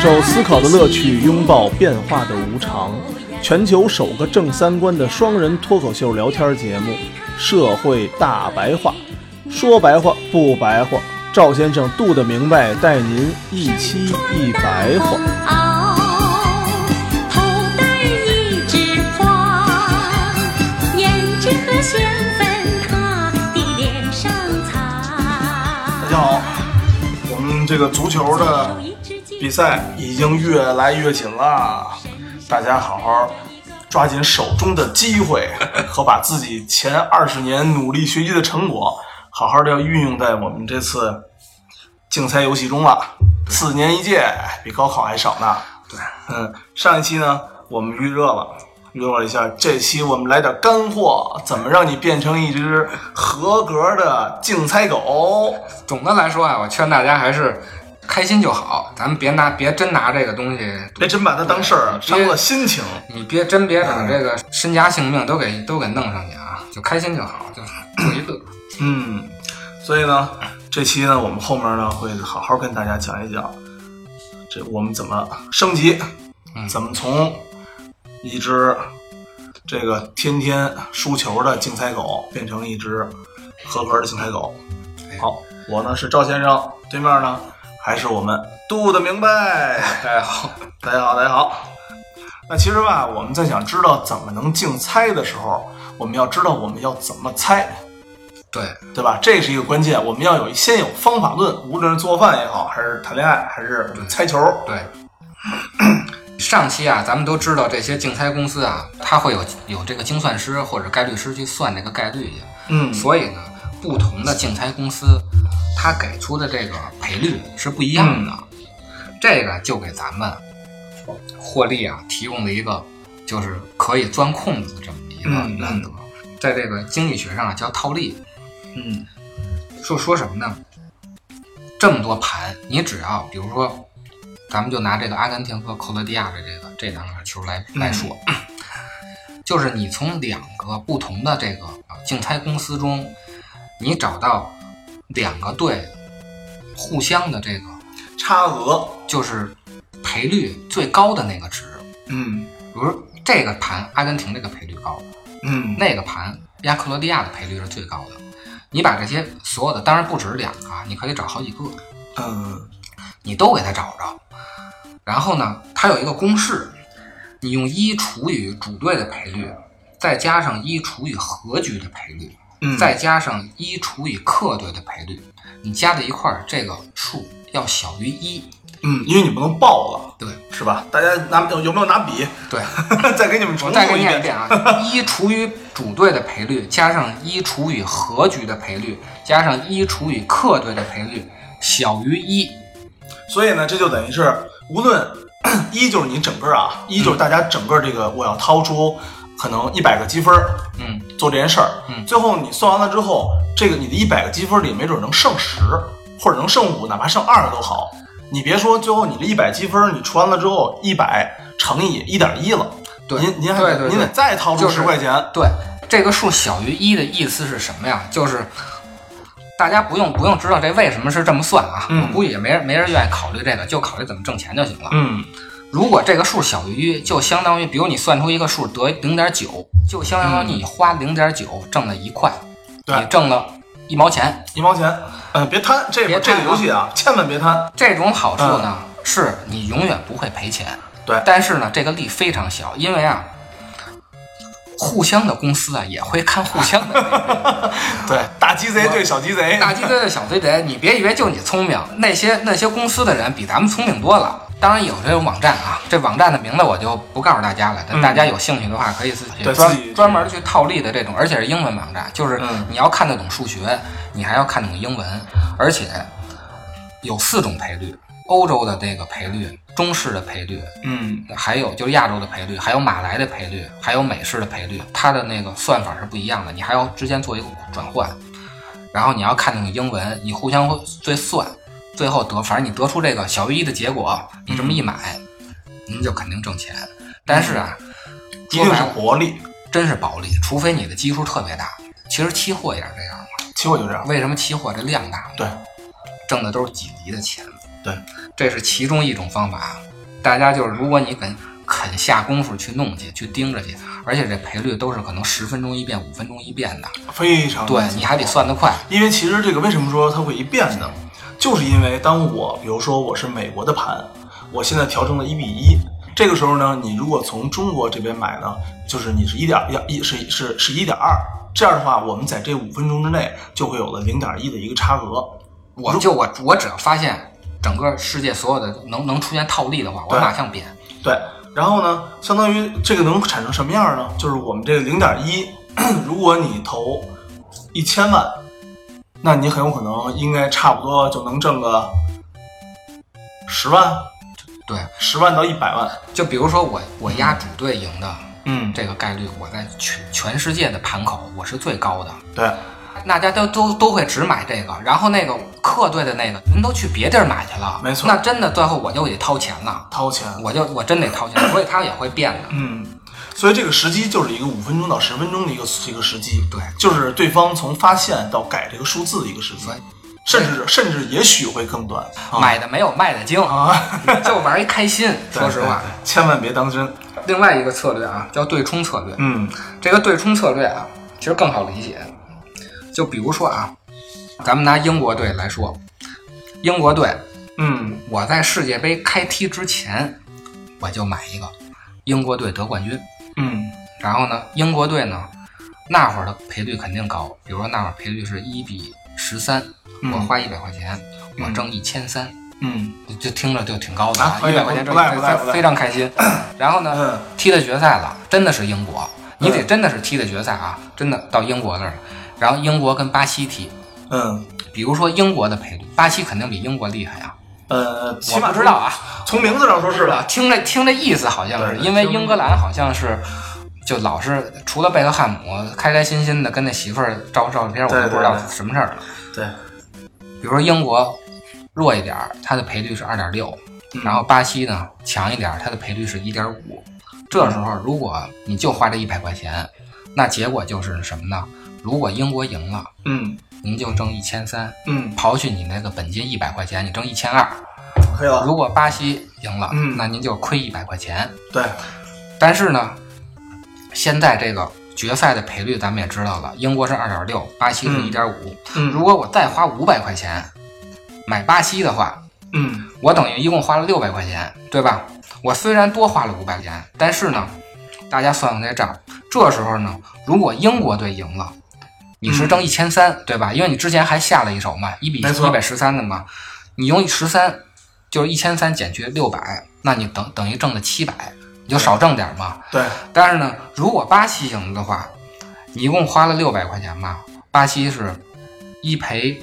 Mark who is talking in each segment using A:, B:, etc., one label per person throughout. A: 受思考的乐趣，拥抱变化的无常。全球首个正三观的双人脱口秀聊天节目《社会大白话》，说白话不白话，赵先生度的明白，带您一期一白话。
B: 袄，头戴一枝花，胭脂和香粉她的脸上
C: 大
B: 擦。
C: 家好，我们这个足球的比赛已经越来越紧了，啊大家好好抓紧手中的机会和把自己前二十年努力学习的成果，好好的要运用在我们这次竞猜游戏中了。四年一届，比高考还少呢。对，嗯，上一期呢我们预热了。预热了一下，这期我们来点干货，怎么让你变成一只合格的竞猜狗？
D: 总的来说啊，我劝大家还是开心就好，咱们别拿别真拿这个东西，
C: 别真把它当事儿，伤了心情。
D: 你别真别把这个身家性命都给都给弄上去啊，就开心就好，就是做一乐。
C: 嗯，所以呢，这期呢，我们后面呢会好好跟大家讲一讲，这我们怎么升级，
D: 嗯
C: 怎么从一只这个天天输球的竞猜狗变成一只合格的竞猜狗。好，我呢是赵先生，对面呢还是我们杜的明白。
D: 大家好，
C: 大家好，大家好。那其实吧，我们在想知道怎么能竞猜的时候，我们要知道我们要怎么猜，
D: 对，
C: 对吧？这是一个关键，我们要有一先有方法论，无论是做饭也好，还是谈恋爱，还是猜球，
D: 对。上期啊，咱们都知道这些竞猜公司啊，它会有有这个精算师或者概率师去算这个概率去。
C: 嗯，
D: 所以呢，不同的竞猜公司，它给出的这个赔率是不一样的。嗯这个就给咱们获利啊提供了一个就是可以钻空子这么一个
C: 嗯嗯
D: 原则，在这个经济学上啊叫套利。
C: 嗯
D: 说说什么呢？这么多盘，你只要比如说，咱们就拿这个阿根廷和克罗地亚的这个这两个球来来说， 就是你从两个不同的这个呃竞猜公司中，你找到两个队互相的这个
C: 差额，
D: 就是赔率最高的那个值，
C: 嗯
D: 比如说这个盘阿根廷这个赔率高，
C: 嗯
D: 那个盘亚克罗地亚的赔率是最高的。你把这些所有的，当然不止两个啊，你可以找好几个，
C: 嗯
D: 你都给它找着。然后呢，它有一个公式，你用一除以主队的赔率，再加上一除以和局的赔率，
C: 嗯，
D: 再加上一除以客队的赔率，你加在一块儿，这个数要小于一。
C: 嗯，因为你不能爆了，
D: 对
C: 是吧？大家拿有有没有拿笔？
D: 对，
C: 再给你们重
D: 我
C: 复
D: 再给你念
C: 遍
D: 一。遍啊，一除以主队的赔率，加上一除以和局的赔率，加上一除以客队的赔率，小于一。
C: 所以呢，这就等于是无论 一就是你整个啊，一
D: 嗯
C: 就是大家整个这个我要掏出可能一百个积分儿
D: 嗯，
C: 做这件事儿，
D: 嗯
C: 最后你算完了之后，这个你的一百个积分里没准能剩十，或者能剩五，哪怕剩二十都好。你别说，最后你这一百积分你除完了之后，一百乘以一点一了，
D: 对，
C: 您您还
D: 对对
C: 您得
D: 对
C: 再掏出
D: 就是
C: 十块钱，
D: 对，这个数小于一的意思是什么呀？就是大家不用不用知道这为什么是这么算啊，
C: 嗯
D: 我估计也没人没人愿意考虑这个，就考虑怎么挣钱就行了。
C: 嗯
D: 如果这个数小于一，就相当于，比如你算出一个数得零点九，就相当于你花零点九挣了一块，
C: 嗯对
D: 你挣了一毛钱。
C: 一毛钱，嗯、别贪，这
D: 别
C: 这
D: 贪
C: 个
D: 啊
C: 游戏啊，千万别贪，
D: 这种好处呢，是你永远不会赔钱。
C: 嗯对
D: 但是呢，这个利非常小，因为啊，互相的公司啊也会看互相的那个。
C: 对，大鸡贼对小鸡贼，
D: 大鸡贼对小鸡贼，你别以为就你聪明，那些那些公司的人比咱们聪明多了。当然有这种网站啊，这网站的名字我就不告诉大家了，但
C: 嗯
D: 大家有兴趣的话可以自己
C: 对
D: 专
C: 自己
D: 专门去套利的这种，而且是英文网站，就是
C: 嗯
D: 你要看得懂数学，你还要看懂英文，而且有四种赔率：欧洲的这个赔率、中式的赔率，
C: 嗯
D: 还有就是亚洲的赔率，还有马来的赔率，还有美式的赔率，它的那个算法是不一样的，你还要之间做一个转换，然后你要看那个英文，你互相对算，最后得，反正你得出这个小于一的结果，你这么一买，您就肯定挣钱。但是啊，
C: 一
D: 说
C: 定
D: 白
C: 是
D: 了
C: 活力。
D: 真是暴利，除非你的基数特别大。其实期货也是这样嘛，
C: 其实我就这样，
D: 啊为什么期货这量大呢？
C: 对，
D: 挣的都是几厘的钱。
C: 对，
D: 这是其中一种方法。啊大家就是，如果你肯肯下功夫去弄去，去盯着去，而且这赔率都是可能十分钟一变、五分钟一变的，
C: 非常
D: 对，你还得算得快。
C: 因为其实这个为什么说它会一变呢？就是因为当我比如说我是美国的盘，我现在调成了一比一，这个时候呢，你如果从中国这边买呢，就是你是一点要一是是是一点二，这样的话，我们在这五分钟之内就会有了零点一的一个差额。
D: 我就我我只要发现整个世界所有的能能出现套利的话，我
C: 对
D: 马上变。
C: 对，然后呢，相当于这个能产生什么样呢？就是我们这个零点一， 如果你投一千万，那你很有可能应该差不多就能挣个十万，
D: 对，
C: 十万到一百万。
D: 就比如说我我压主队赢的
C: 嗯，
D: 这个概率，我在全全世界的盘口我是最高的，
C: 对
D: 大家都都都会只买这个，然后那个客队的那个人都去别地儿买去了，
C: 没错
D: 那真的最后我就得掏钱了，
C: 掏钱。
D: 我就我真得掏钱， 所以它也会变的。
C: 嗯，所以这个时机就是一个五分钟到十分钟的一个一个时机，
D: 对
C: 就是对方从发现到改这个数字的一个时机
D: 对，
C: 甚至甚至也许会更短。啊
D: 买的没有卖的精，
C: 啊，
D: 就玩一开心。说实 话
C: 对，，对千万别当真。
D: 另外一个策略啊，叫对冲策略。
C: 嗯，
D: 这个对冲策略啊，其实更好理解。就比如说啊，咱们拿英国队来说，英国队，
C: 嗯，
D: 我在世界杯开踢之前，我就买一个英国队得冠军。
C: 嗯，
D: 然后呢，英国队呢，那会儿的赔率肯定高，比如说那会儿赔率是一比十三、
C: 嗯
D: 我花一百块钱，我
C: 嗯
D: 挣一千三，
C: 嗯，
D: 就听着就挺高的
C: 啊可以
D: 一百块钱
C: 不
D: 挣
C: 不赖不赖不
D: 非
C: 赖
D: 非常开心。 然后呢
C: 嗯，
D: 踢到决赛了，真的是英国，你得
C: 嗯
D: 真的是踢到决赛啊，真的到英国那儿了，然后英国跟巴西踢。
C: 嗯，
D: 比如说英国的赔率，巴西肯定比英国厉害啊！
C: 呃，起
D: 我
C: 码
D: 不知道啊，
C: 从，从名字上说是吧？
D: 听这听这意思好像是，
C: 对
D: 因为
C: 听
D: 英格兰好像是就老是除了贝克汉姆开开心心的跟那媳妇儿照照片，我
C: 对
D: 都
C: 对
D: 不知道
C: 对
D: 什么事儿了。
C: 对，
D: 比如说英国弱一点儿，它的赔率是二点六，
C: 嗯
D: 然后巴西呢强一点儿，它的赔率是一点五。这时候如果你就花这一百块钱，那结果就是什么呢？如果英国赢了，
C: 嗯
D: 您就挣一千三，
C: 嗯，
D: 刨去你那个本金一百块钱，你挣一千二。
C: 可以了。
D: 如果巴西赢了，
C: 嗯
D: 那您就亏一百块钱。
C: 对，
D: 但是呢，现在这个决赛的赔率咱们也知道了，英国是二点六，巴西是一点五。
C: 嗯
D: 如果我再花五百块钱买巴西的话，
C: 嗯
D: 我等于一共花了六百块钱，对吧？我虽然多花了五百块钱，但是呢，大家算算这账，这时候呢，如果英国队赢了，你是挣一千三，对吧？因为你之前还下了一手嘛，一比
C: 嗯没错
D: 一百十三的嘛，你用十三就是一千三减去六百，那你等等于挣了七百，你就少挣点儿嘛。
C: 对，
D: 但是呢，如果巴西赢了的话，你一共花了六百块钱吧，巴西是一赔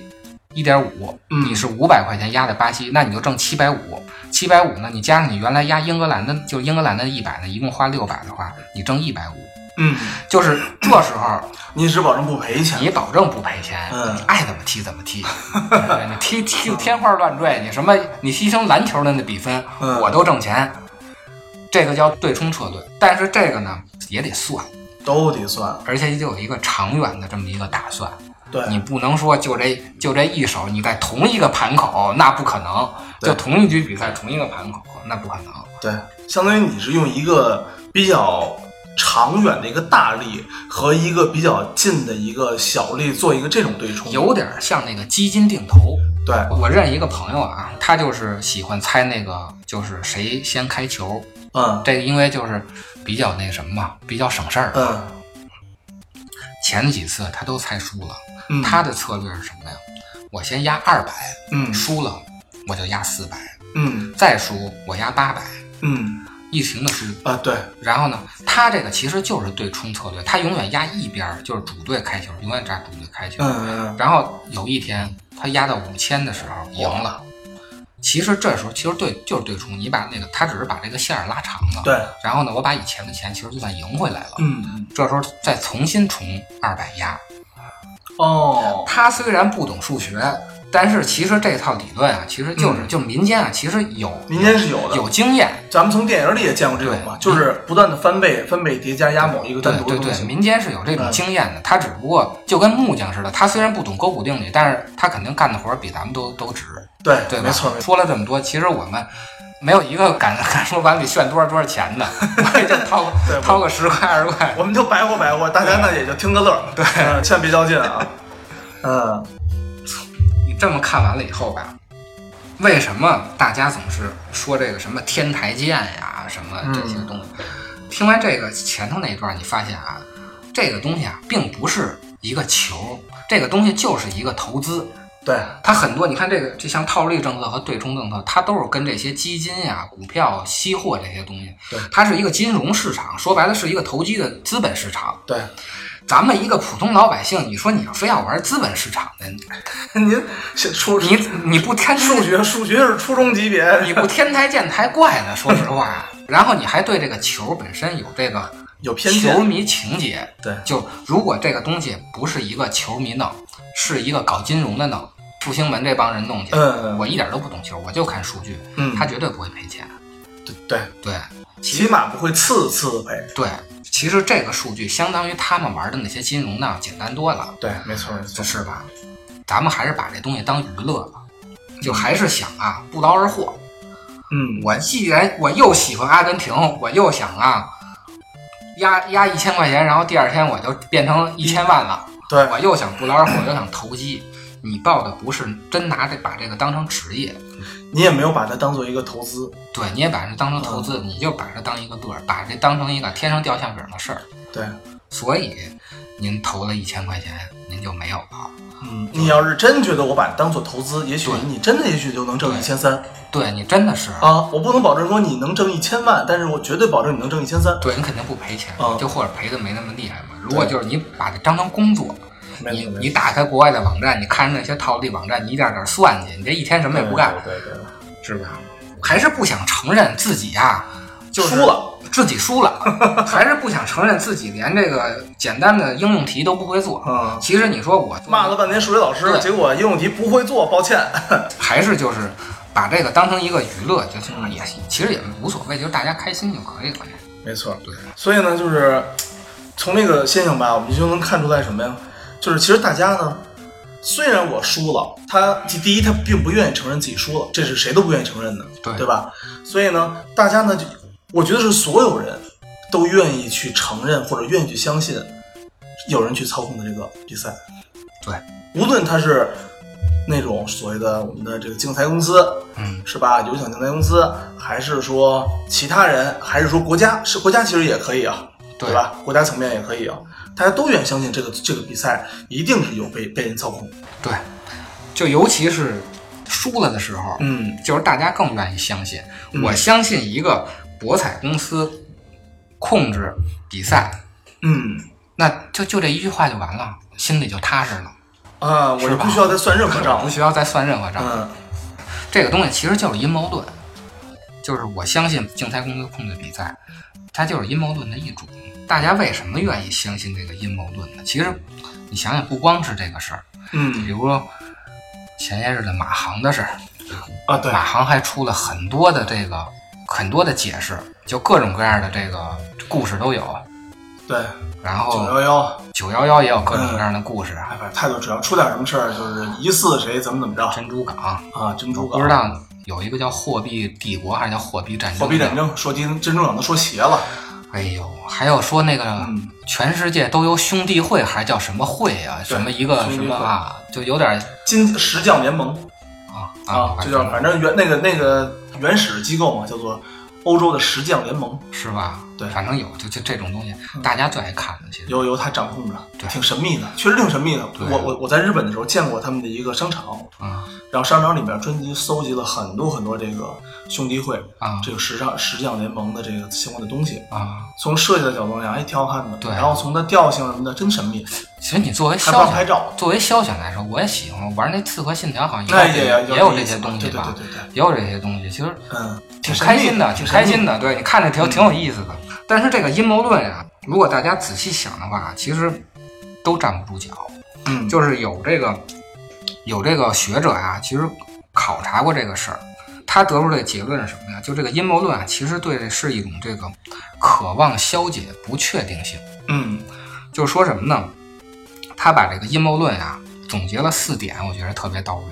D: 一点五，
C: 嗯
D: 你是五百块钱压在巴西，那你就挣七百五。七百五呢，你加上你原来压英格兰的，就是英格兰的一百呢，一共花六百的话，你挣一百五。
C: 嗯，
D: 就是这时候，
C: 你只保证不赔钱。
D: 你保证不赔钱，
C: 嗯
D: 你爱怎么踢怎么踢，对不对你踢踢天花乱坠，你什么你牺牲篮球的那比分，
C: 嗯
D: 我都挣钱，这个叫对冲策略。但是这个呢也得算，
C: 都得算。
D: 而且得有一个长远的这么一个打算，
C: 对，
D: 你不能说就这就这一手，你在同一个盘口那不可能，就同一局比赛同一个盘口那不可能。
C: 对，相当于你是用一个比较长远的一个大力和一个比较近的一个小力做一个这种对冲。
D: 有点像那个基金定投。
C: 对，
D: 我认一个朋友啊，他就是喜欢猜那个，就是谁先开球。
C: 嗯
D: 这个因为就是比较那什么嘛，比较省事儿。
C: 嗯
D: 前几次他都猜输了，
C: 嗯，
D: 他的策略是什么呀？我先压二百，
C: 嗯
D: 输了我就压四百，
C: 嗯
D: 再输我压八百，
C: 嗯
D: 一停的输。
C: 啊，对，
D: 然后呢，他这个其实就是对冲策略，他永远压一边儿，就是主队开球，永远扎主队开球。
C: 嗯嗯
D: 然后有一天他压到五千的时候赢了，其实这时候其实对就是对冲，你把那个他只是把这个线儿拉长了，
C: 对。
D: 然后呢，我把以前的钱其实就算赢回来了，
C: 嗯
D: 这时候再重新重二百压。
C: 哦，
D: 他虽然不懂数学，但是其实这套理论啊，其实就是、就民间啊，其实有
C: 嗯民间是有的
D: 有经验，
C: 咱们从电影里也见过这种嘛，
D: 对
C: 就是不断的翻倍、翻倍叠加压某一个单
D: 对
C: 独
D: 对
C: 的东
D: 对，
C: 西。嗯
D: 民间是有这种经验的，他只不过就跟木匠似的，他虽然不懂勾股定理，但是他肯定干的活儿比咱们都都值，
C: 对
D: 对吧？
C: 没错没错。
D: 说了这么多，其实我们没有一个敢 敢说碗里炫多少多少钱的，我也就掏
C: 对
D: 个掏个十块二十块。
C: 我们就白活白活，大家呢也就听个乐儿，对，千万别较劲 啊。嗯，
D: 你这么看完了以后吧，为什么大家总是说这个什么天台剑呀，什么这
C: 嗯
D: 些东西？听完这个前头那一段，你发现啊，这个东西啊，并不是一个球，这个东西就是一个投资。
C: 对，
D: 它很多，你看这个，就像套利政策和对冲政策，它都是跟这些基金呀、股票、期货这些东西
C: 对，
D: 它是一个金融市场，说白了是一个投机的资本市场。
C: 对，
D: 咱们一个普通老百姓，你说你要非要玩资本市场的，
C: 您先出
D: 你你不天
C: 数学，数学是初中级别，
D: 你不天台见台怪呢？说实话，然后你还对这个球本身有这个
C: 有偏
D: 球
C: 见。
D: 迷情节，
C: 对
D: 就如果这个东西不是一个球迷弄，是一个搞金融的弄，复兴门这帮人弄去，
C: 嗯
D: 我一点都不懂球，我就看数据，
C: 嗯
D: 他绝对不会赔钱，
C: 对，
D: 对
C: 起码不会次次赔。
D: 对。其实这个数据相当于他们玩的那些金融呢，简单多了，
C: 对，没错没错
D: 这。是吧？咱们还是把这东西当娱乐了，就还是想啊，不劳而获，
C: 嗯，
D: 我既然我又喜欢阿根廷，我又想啊，压压一千块钱，然后第二天我就变成一千万了，
C: 对，
D: 我又想不劳而获，又想投机。你报的不是真拿这把这个当成职业，
C: 你也没有把它当做一个投资。
D: 对，你也把这当成投资，你就把这当一个乐儿，把这当成一个天上掉馅饼的事儿。
C: 对，嗯
D: 所以您投了一千块钱，您就没有了。
C: 嗯，你要是真觉得我把它当做投资，也许
D: 对
C: 你真的也许就能挣
D: 对
C: 一千三
D: 对你真的是，
C: 啊！我不能保证说你能挣一千万，但是我绝对保证你能挣一千三。
D: 对你肯定不赔钱
C: 嗯，
D: 就或者赔的没那么厉害嘛。如果就是你把这当成工作，
C: 没
D: 你
C: 错没
D: 你
C: 错
D: 打开国外的网站，你看那些套利网站，你一点点算计，你这一天什么也不干，
C: 对对对，
D: 是吧？还是不想承认自己啊，就是
C: 输了，
D: 自己 输了，还是不想承认自己连这个简单的应用题都不会做。
C: 嗯
D: 其实你说我
C: 骂了半天数学老师，
D: 对
C: 结果应用题不会做，抱歉。
D: 还是就是把这个当成一个娱乐，就是也其实也无所谓，就是大家开心就可以了。
C: 没错，
D: 对，
C: 所以呢，就是从这个现象吧，我们就能看出来什么呀？就是其实大家呢，虽然我输了，他第一他并不愿意承认自己输了，这是谁都不愿意承认的，
D: 对
C: 吧？所以呢，大家呢，就我觉得是所有人都愿意去承认或者愿意去相信有人去操控的这个比赛，
D: 对，
C: 无论他是那种所谓的我们的这个竞猜公司，
D: 嗯，
C: 是吧？有奖竞猜公司，还是说其他人，还是说国家？是国家其实也可以啊，对
D: 对
C: 吧？国家层面也可以啊，大家都愿意相信这个这个比赛一定是有被被人操控。
D: 对，就尤其是输了的时候，
C: 嗯，
D: 就是大家更愿意相信。
C: 嗯
D: 我相信一个博彩公司控制比赛，
C: 嗯
D: 那就就这一句话就完了，心里就踏实了，
C: 啊，我
D: 是
C: 就
D: 吧
C: 不需要再算任何账
D: 不。需要再算任何账。
C: 嗯，
D: 这个东西其实就是阴谋论，就是我相信竞猜公司控制比赛，它就是阴谋论的一种。大家为什么愿意相信这个阴谋论呢？其实你想想，不光是这个事儿，比
C: 嗯
D: 如说前些日子马航的事儿，
C: 啊，对，
D: 马航还出了很多的这个很多的解释，就各种各样的这个故事都有。哦
C: 对，
D: 然
C: 九
D: 后
C: 幺幺，
D: 九幺幺也有各种各样的故事，啊
C: 哎，反正他就只要出点什么事儿，就是疑似谁怎么怎么着
D: 珍珠港，
C: 啊，嗯珍珠
D: 我
C: 港
D: 不知道有一个叫货币帝国还是叫货币战争，
C: 货币战。争，说金珍珠港都说邪了。
D: 哎呦，还有说那个、
C: 嗯
D: 全世界都由兄弟会还是叫什么会啊？什么一个
C: 兄弟
D: 什
C: 会
D: 么啊，就有点
C: 金石匠联盟
D: 啊
C: 啊，
D: 反
C: 这
D: 正
C: 叫反正原那个那个原始机构嘛，叫做欧洲的石匠联盟，
D: 是吧？
C: 对嗯
D: 反正有就就这种东西，大家最爱看的。其实
C: 由由他掌控着，
D: 对
C: 挺神秘的，确实挺神秘的。
D: 对
C: 我我我在日本的时候见过他们的一个商场，
D: 啊
C: 然后商场里面专辑搜集了很多很多这个兄弟会
D: 啊
C: 这个时尚石匠联盟的这个相关的东西。
D: 啊！
C: 从设计的角度上，哎，挺好看的。
D: 对
C: 然后从它调性什么的，真神秘，
D: 其实你作为
C: 还
D: 消
C: 帮
D: 遣
C: 拍照。
D: 作为消遣来说，我也喜欢玩那《刺客信条》，好像
C: 那
D: 也
C: 也
D: 有这也有这些东西
C: 啊对对
D: 吧
C: 对，对对，
D: 也有这些东西，其实
C: 嗯，
D: 挺开心的，挺开心
C: 的。
D: 的。对你看着挺挺有意思的。但是这个阴谋论啊，如果大家仔细想的话，其实都站不住脚。
C: 嗯，
D: 就是有这个有这个学者啊，其实考察过这个事儿，他得出这个结论是什么呀？就这个阴谋论啊，其实对是一种这个渴望消解不确定性。
C: 嗯
D: 就是说什么呢？他把这个阴谋论啊总结了四点，我觉得特别到位。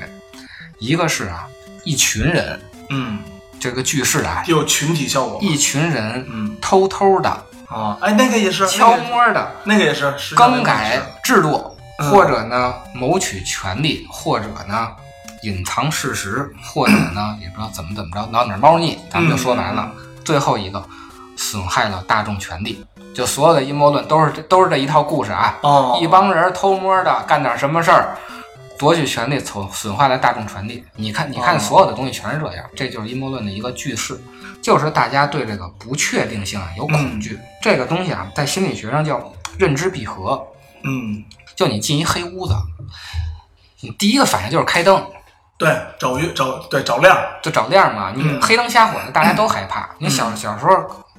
D: 一个是啊，一群人
C: 嗯
D: 这个句式啊，
C: 有群体效果吗。
D: 一群人
C: 嗯
D: 偷偷的、
C: 啊，哎，那个也是
D: 悄
C: 那个
D: 摸的
C: 那个也是实际上那
D: 更
C: 个
D: 改
C: 也是
D: 制度，
C: 嗯
D: 或者呢谋取权利，或者呢隐藏事实，或者呢也不知道怎么怎么着挠哪儿猫腻，咱们就说完了。最后一个损害了大众权利，就所有的阴谋论都是这都是这一套故事啊。
C: 哦，
D: 一帮人偷摸的干点什么事儿，夺取权利，损损坏了大众权利。你看，你看，
C: 哦
D: 所有的东西全是这样，这就是阴谋论的一个句式，就是大家对这个不确定性啊有恐惧。这个东西啊，在心理学上叫认知闭合。
C: 嗯，
D: 就你进一黑屋子，你第一个反应就是开灯，
C: 对，找月找对找亮，
D: 就找亮嘛。你
C: 嗯
D: 黑灯瞎火的，大家都害怕。你小小时候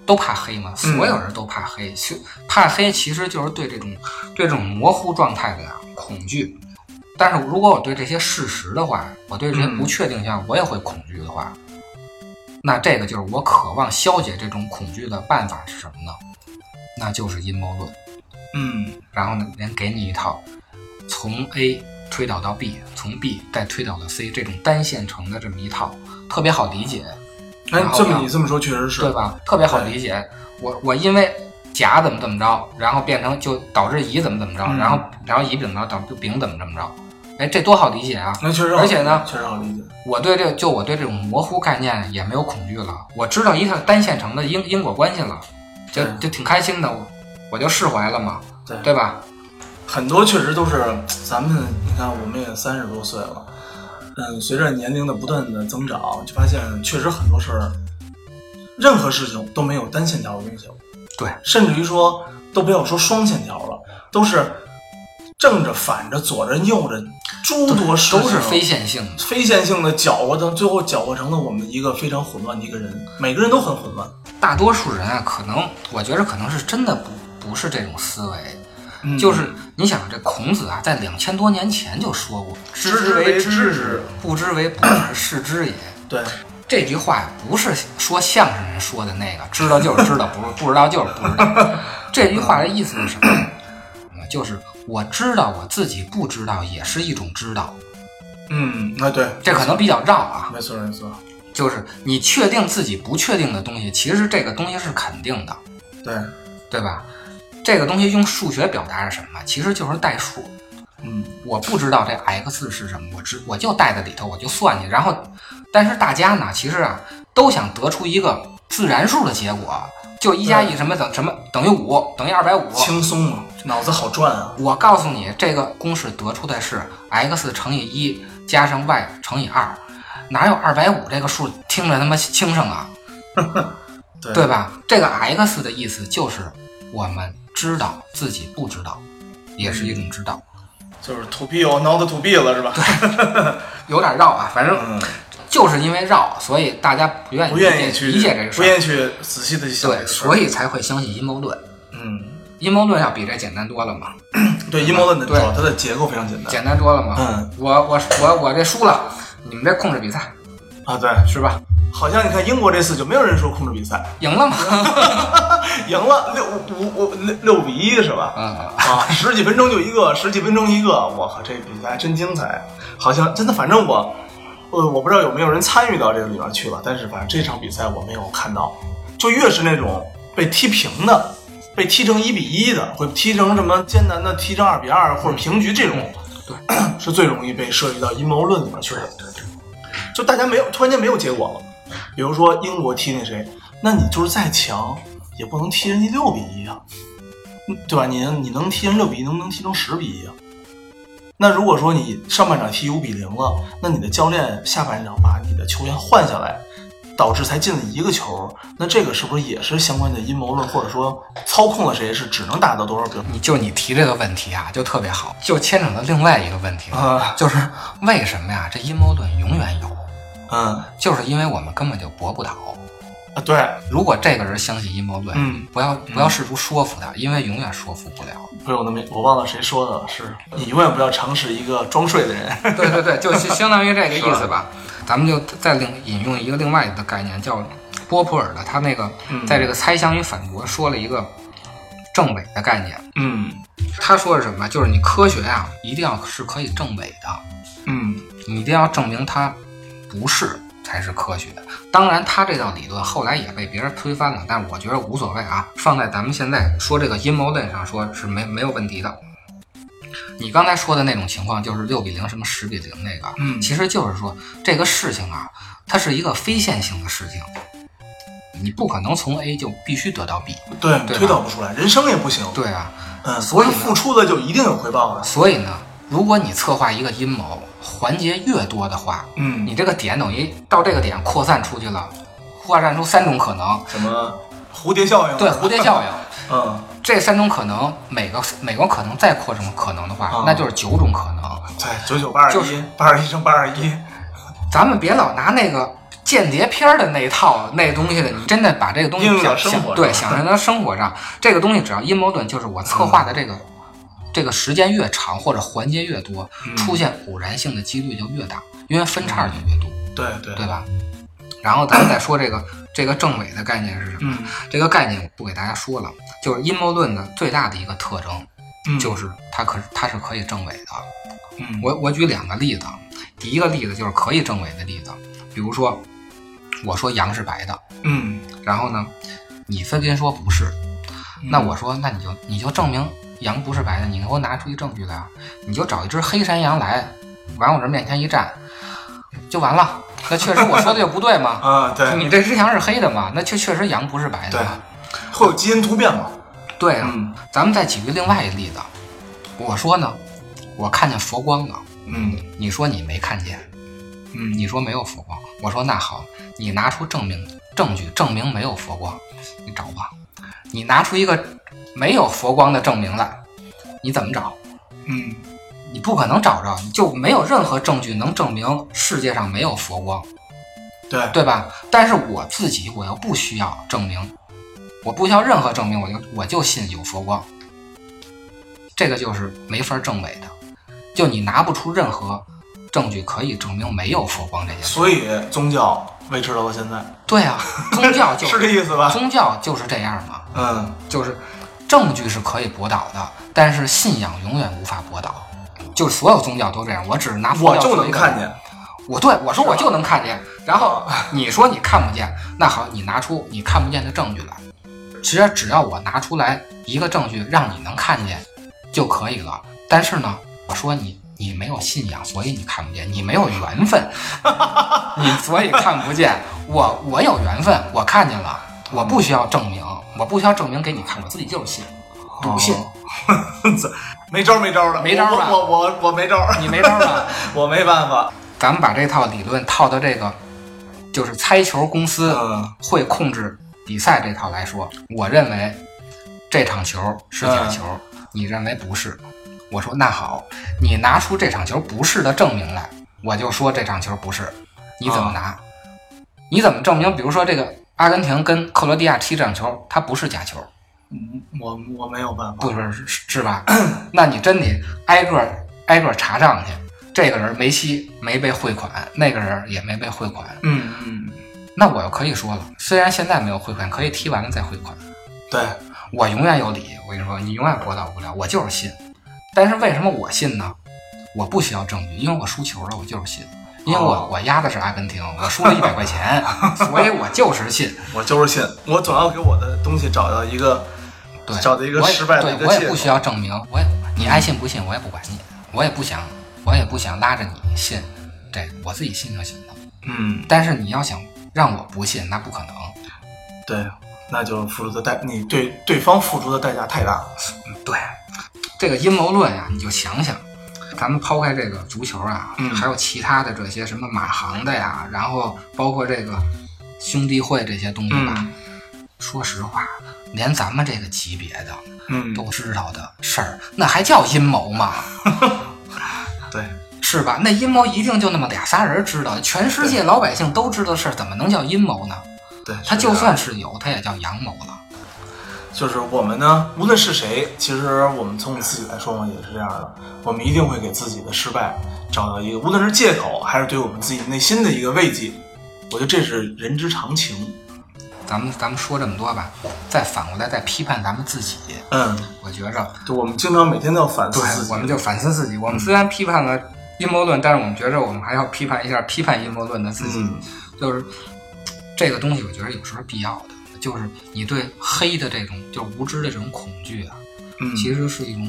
D: 都怕黑嘛，
C: 嗯
D: 所有人都怕黑。其实怕黑其实就是对这种对这种模糊状态的呀恐惧。但是如果我对这些事实的话，我对这些
C: 嗯
D: 不确定性我也会恐惧的话，那这个就是我渴望消解这种恐惧的办法是什么呢？那就是阴谋论。
C: 嗯
D: 然后呢，连给你一套从 A 推导到 B，从 B 再推导到 C 这种单线程的这么一套，特别好理解，
C: 哎
D: 然，后
C: 这么
D: 呢
C: 你这么说确实是
D: 对吧？特别好理解。我我因为甲怎么怎么着，然后变成就导致乙怎么怎么着，
C: 嗯
D: 然后然后乙怎么着，导致丙怎么怎么着，哎，这多好理解啊！
C: 那确实好，
D: 而且呢
C: 确实好理解。
D: 我对这就我对这种模糊概念也没有恐惧了，我知道一套单线程的因因果关系了，就
C: 对
D: 就挺开心的，我我就释怀了嘛，
C: 对
D: 对吧？
C: 很多确实都是咱们，你看我们也三十多岁了，嗯，随着年龄的不断的增长，就发现确实很多事儿，任何事情都没有单线条的东西了，
D: 对，
C: 甚至于说都不要说双线条了，都是正着、反着、左着、右着，诸多事情
D: 都是非线性的。
C: 非线性的搅和成，最后搅和成了我们一个非常混乱的一个人，每个人都很混乱。
D: 大多数人啊，可能我觉得可能是真的不不是这种思维，
C: 嗯
D: 就是你想这孔子啊，在两千多年前就说过“知
C: 之为
D: 为
C: 知之
D: 之，不知为不知，是知也
C: 对，”。
D: 这句话不是说相声人说的那个“知道就是知道，不是不知道就是不知道”。这句话的意思是什么呢？就是我知道我自己不知道也是一种知道，
C: 嗯，那对，
D: 这可能比较绕啊。
C: 没错没错，
D: 就是你确定自己不确定的东西，其实这个东西是肯定的。
C: 对，
D: 对吧？这个东西用数学表达是什么？其实就是代数。
C: 嗯，
D: 我不知道这 x 是什么，我只我就带在里头，我就算去。然后，但是大家呢，其实啊，都想得出一个自然数的结果，就一加一什么等什么等于五，等于二百五。
C: 轻松嘛，脑子好转啊。
D: 我告诉你，这个公式得出的是 x 乘以一加上 y 乘以二，哪有二百五这个数听着他妈轻省 啊？
C: 对
D: 对吧？这个 x 的意思就是我们知道自己不知道，也是一种知道，
C: 就是 to be or not to be 了，是吧？
D: 有点绕啊。反正
C: 嗯，
D: 就是因为绕，所以大家不愿意
C: 不愿意
D: 理解
C: 去
D: 哎理解这个事
C: 不愿
D: 儿，
C: 意去仔细的去想这
D: 对，
C: 个事儿。
D: 所以才会相信阴谋论。
C: 嗯，
D: 阴谋论要比这简单多了嘛，
C: 对阴谋论的主
D: 对
C: 要它的结构非常简单
D: 简单多了嘛。
C: 嗯，
D: 我我我我这输了，你们这控制比赛
C: 啊，对，
D: 是吧？
C: 好像你看英国这次就没有人说控制比赛，
D: 赢了嘛？
C: 赢了六五五六六比一是吧？
D: 嗯，
C: 啊，十几分钟就一个， 十几分钟一个，我靠，这比赛真精彩！好像真的，反正我，呃，我不知道有没有人参与到这个里面去了，但是反正这场比赛我没有看到，就越是那种被踢平的，被踢成一比一的，或者踢成什么艰难的踢成二比二或者平局这种，对，是最容易被涉及到阴谋论里面去的。就大家没有突然间没有结果了，比如说英国踢那谁，那你就是再强也不能踢人家六比一啊。对吧？你能你能踢成六比一，能不能踢成十比一啊？那如果说你上半场踢五比零了，那你的教练下半场把你的球员换下来，导致才进了一个球，那这个是不是也是相关的阴谋论，或者说操控了谁是只能打到多少比？
D: 你就你提这个问题啊，就特别好，就牵扯到另外一个问题了，
C: 啊，
D: 就是为什么呀？这阴谋论永远有，
C: 嗯啊，
D: 就是因为我们根本就驳不倒。
C: 对，
D: 如果这个人相信阴谋论，
C: 嗯
D: 不要不要试图说服他，因为永远说服不了。
C: 不是我都没我忘了谁说的了，是你永远不要尝试一个装睡的 人。
D: 对对对，就相相当于这个意思吧。咱们就再另引用一个另外的概念，叫波普尔的，他那个
C: 嗯
D: 在这个猜想与反驳说了一个证伪的概念。
C: 嗯
D: 他说是什么？就是你科学啊，一定要是可以证伪的，
C: 嗯
D: 你一定要证明它不是，才是科学。当然，他这套理论后来也被别人推翻了，但我觉得无所谓啊，放在咱们现在说这个阴谋论上说是没没有问题的。你刚才说的那种情况，就是六比零什么十比零那个，
C: 嗯
D: 其实就是说这个事情啊，它是一个非线性的事情，你不可能从 A 就必须得到 B。
C: 对，
D: 对吧啊
C: 推导不出来，人生也不行。
D: 对啊，
C: 嗯，
D: 所以
C: 不是付
D: 呢
C: 出的就一定有回报的。
D: 所以呢，如果你策划一个阴谋，环节越多的话，
C: 嗯，
D: 你这个点等于到这个点扩散出去了，扩散出三种可能，
C: 什么蝴蝶效应？啊
D: 对蝴蝶效应，
C: 嗯，
D: 这三种可能每个每个可能再扩什么可能的话，
C: 啊
D: 那就是九种可能。
C: 对，九九八二
D: 就是
C: 一，八二一乘八二一。
D: 咱们别老拿那个间谍片儿的那一套那东西的，你真的把这个东西
C: 应用到
D: 想
C: 生活上嗯
D: 想对想让它生活上，这个东西只要阴谋论，就是我策划的这个。这个时间越长或者环节越多，
C: 嗯
D: 出现偶然性的几率就越大，因为分叉就越多。
C: 对对
D: 对，吧？然后咱们再说这个这个政委的概念是什么？
C: 嗯
D: 这个概念我不给大家说了，就是阴谋论的最大的一个特征，
C: 嗯，
D: 就是它可它是可以证伪的。
C: 嗯
D: 我我举两个例子，第一个例子就是可以证伪的例子，比如说我说羊是白的，
C: 嗯，
D: 然后呢，你非跟说不是，
C: 嗯
D: 那我说那你就你就证明羊不是白的，你给我拿出一证据来啊，你就找一只黑山羊来，往我这面前一站，就完了。那确实我说的就不对嘛，
C: 啊， 对，
D: 你这只羊是黑的嘛？那确确实羊不是白的
C: 对
D: 嘛。，
C: 会有基因突变嘛？
D: 对啊，
C: 嗯
D: 咱们再举个另外一例子。啊我说呢，我看见佛光了，
C: 嗯
D: 你说你没看见，
C: 嗯，
D: 你说没有佛光。我说那好，你拿出证明证据证明没有佛光，你找吧。你拿出一个没有佛光的证明来，你怎么找？
C: 嗯
D: 你不可能找着，你就没有任何证据能证明世界上没有佛光。
C: 对，
D: 对吧？但是我自己我又不需要证明，我不需要任何证明，我就我就信有佛光，这个就是没法证伪的，就你拿不出任何证据可以证明没有佛光这件事。
C: 所以宗教维持到了现在，
D: 对啊，宗 教就是
C: 这意思吧？
D: 宗教就是这样嘛，
C: 嗯，
D: 就是证据是可以驳倒的，但是信仰永远无法驳倒。就是所有宗教都这样，我只是拿佛
C: 我
D: 教
C: 就
D: 做
C: 能
D: 一个
C: 看见。
D: 我对我说我就能看见，然后 你说你看不见，那好，你拿出你看不见的证据来。其实只要我拿出来一个证据让你能看见就可以了。但是呢，我说你你没有信仰，所以你看不见，你没有缘 分，你所以看不见。我我有缘分，我看见了，我不需要证明，我不需要证明给你看，我自己就是信，笃信。
C: 没招儿没招儿的，
D: 没招儿吧
C: 我我我我没招儿，
D: 你没招吧？
C: 我没办法。
D: 咱们把这套理论套到这个，就是猜球公司
C: 嗯
D: 会控制比赛这套来说，我认为这场球是假球，你认为不是。我说那好，你拿出这场球不是的证明来，我就说这场球不是。你怎么拿？你怎么证明？比如说这个阿根廷跟克罗地亚踢这场球，它不是假球，
C: 嗯我我没有办法。
D: 不是是是吧？ 那你真得挨个儿挨个儿查账去。这个人梅西没被汇款，那个人也没被汇款，
C: 嗯嗯，
D: 那我又可以说了，虽然现在没有汇款，可以踢完了再汇款。
C: 对，
D: 我永远有理，我跟你说，你永远驳倒不了，我就是信。但是为什么我信呢？我不需要证据，因为我输球了，我就是信。因为我、
C: 哦
D: 我压的是阿根廷，我输了一百块 钱，所以我就是信。
C: 我就是信，我总要给我的东西找到一个
D: 对，
C: 找到一个
D: 我也
C: 失败的一
D: 对
C: 个
D: 我
C: 借
D: 也
C: 口
D: 不。需要证明，我也你爱信不信，我也不管你，我也不想，我也不想拉着你信，这个我自己信就行了。
C: 嗯，
D: 但是你要想让我不信，那不可能。
C: 对，那就付出的代，你对对方付出的代价太大了。
D: 对，这个阴谋论啊，你就想想，咱们抛开这个足球啊，
C: 嗯
D: 还有其他的这些什么马航的呀，然后包括这个兄弟会这些东西吧。
C: 嗯
D: 说实话，连咱们这个级别的
C: 嗯，
D: 都知道的事儿，那还叫阴谋吗？
C: 对，
D: 是吧？那阴谋一定就那么俩仨人知道，全世界老百姓都知道的事儿，怎么能叫阴谋呢？
C: 对，
D: 它
C: 是啊
D: 就
C: 的
D: 算是有，它也叫阳谋了。
C: 就是我们呢，无论是谁，其实我们从我们自己来说嘛，也是这样的。我们一定会给自己的失败找到一个，无论是借口，还是对我们自己内心的一个慰藉。我觉得这是人之常情。
D: 咱们咱们说这么多吧，再反过来再批判咱们自己，
C: 嗯，
D: 我觉着
C: 就我们经常每天都要反思
D: 对
C: 自，己。
D: 嗯我们就反思自己。我们虽然批判了阴谋论，但是我们觉着我们还要批判一下批判阴谋论的自己，
C: 嗯
D: 就是这个东西，我觉得有时候是必要的。就是你对黑的这种，就是无知的这种恐惧啊，
C: 嗯，
D: 其实是一种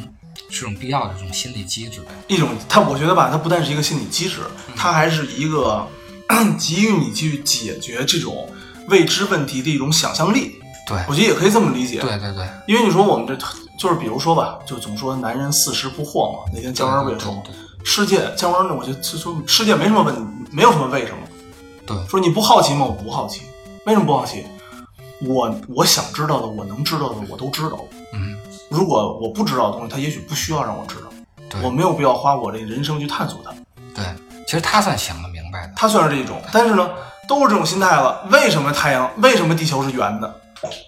D: 是一种必要的这种心理机制呗。
C: 一种，它我觉得吧，它不但是一个心理机制，
D: 嗯
C: 它还是一个 给予你去解决这种未知问题的一种想象力。
D: 对
C: 我觉得也可以这么理解。
D: 对对对，
C: 因为你说我们这就是比如说吧，就总说男人四十不惑嘛。那天姜文不也说吗
D: 对？
C: 世界姜文，我觉得就说世界没什么问，没有什么为什么。
D: 对
C: 说你不好奇吗？我不好奇，为什么不好奇？我我想知道的，我能知道的，我都知道。
D: 嗯，
C: 如果我不知道的东西，他也许不需要让我知道，
D: 对
C: 我没有必要花我这人生去探索它。
D: 对，其实他算想得明白的。
C: 它虽然是一种，但是呢，都是这种心态了。为什么太阳？为什么地球是圆的？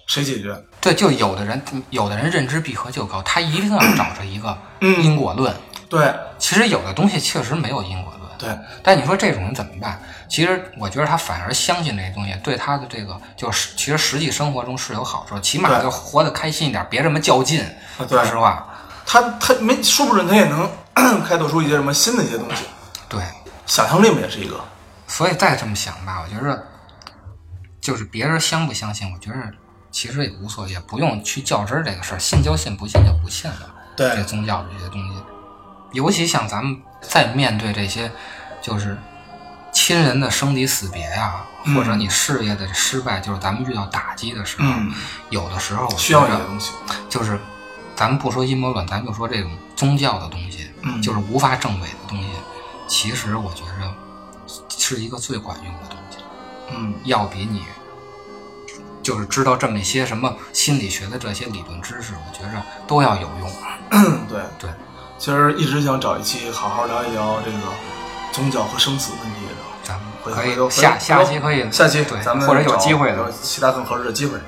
C: 谁解决？
D: 对，就有的人，有的人认知闭合就高，他一定要找着一个
C: 嗯
D: 因果论。
C: 对
D: 其实有的东西确实没有因果论。
C: 对，
D: 但你说这种人怎么办？其实我觉得他反而相信这些东西，对他的这个就是其实实际生活中是有好处，起码
C: 对
D: 就活得开心一点，别这么较劲。
C: 啊对
D: 说实话，
C: 他他没说不准他也能开拓出一些什么新的一些东西，
D: 对，
C: 想象力嘛也是一个，
D: 所以再这么想吧，我觉着就是别人相不相信，我觉着其实也无所谓，也不用去较真儿这个事儿，信就信，不信就不信了。
C: 对
D: 这宗教这些东西，尤其像咱们在面对这些就是亲人的生离死别呀、
C: 嗯
D: 或者你事业的失败，就是咱们遇到打击的时候，
C: 嗯
D: 有的时候我
C: 需要
D: 觉
C: 一些
D: 着
C: 东西。
D: 就是咱们不说阴谋论，咱就说这种宗教的东西，
C: 嗯
D: 就是无法证伪的东西，其实我觉着是一个最管用的东西，
C: 嗯，
D: 要比你就是知道这么一些什么心理学的这些理论知识，我觉着都要有用。啊
C: 对
D: 对，
C: 其实一直想找一期好好聊一聊这个宗教和生死问题的。
D: 咱们
C: 回
D: 可
C: 回头
D: 以下
C: 回头
D: 下期可以
C: 下期
D: 对，
C: 咱们
D: 或者有
C: 找
D: 机会
C: 有
D: 的，
C: 其他更合适的机会。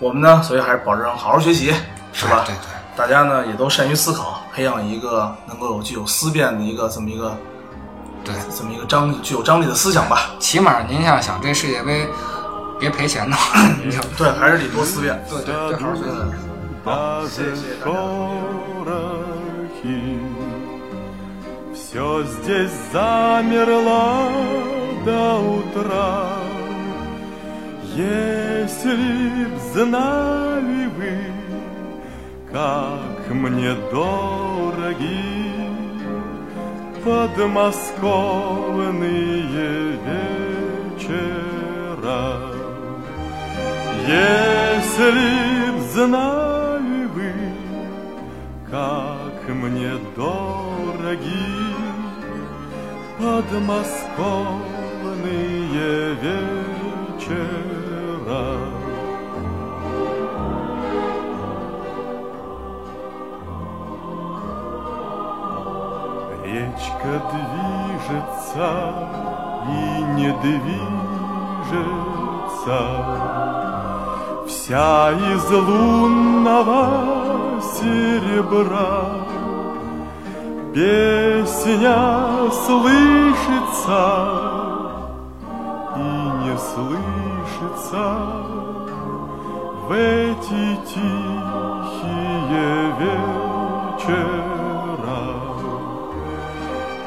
C: 我们呢，所以还是保证好好学习，是吧？
D: 对对对。
C: 大家呢也都善于思考，培养一个能够有具有思辨的一个这么一个
D: 对，
C: 这么一个张具有张力的思想吧。
D: 起码您要想这世界杯别赔钱呢， 你就
C: 对，还是得多思辨。
D: 对对，最好是。
C: 谢谢大家。
E: шорохи. Все здесь замерло до утра. Если б знали вы, как мне дороги подмосковные вечера. Если б знали вы, как мне дороги подмосковные вечера. Речка движется и не движется, Вся из лунного серебра. Песня слышится и не слышится В эти тихие вечера.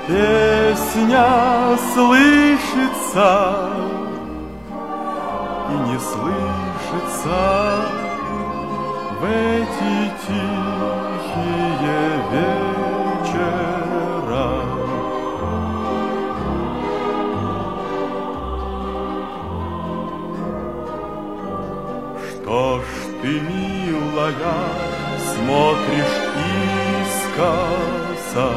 E: Песня слышится и не слышится в эти тихие вечера. Что ж ты, милая, смотришь искоса?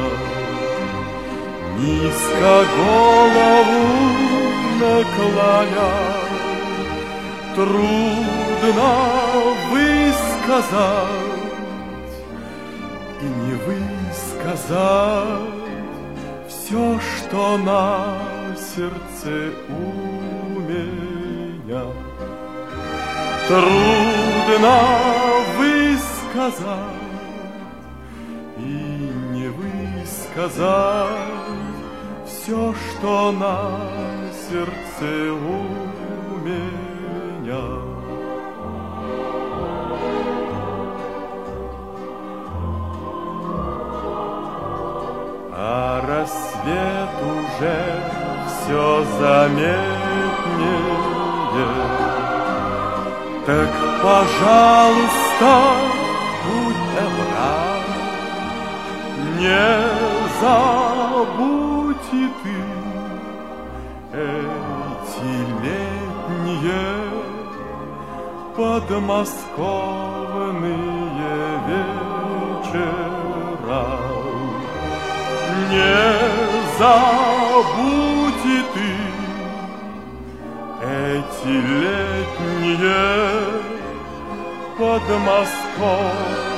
E: Низко голову наклоня, Трудно высказать И не высказать Все, что на сердце у меня Трудно высказать и не высказать все, что на сердце у меня. А рассвет свет уже все заметнее. Так, пожалуйста, будь добра, не забудь и ты эти летние подмосковные вечера. Не забудь и ты эти летние подмосковные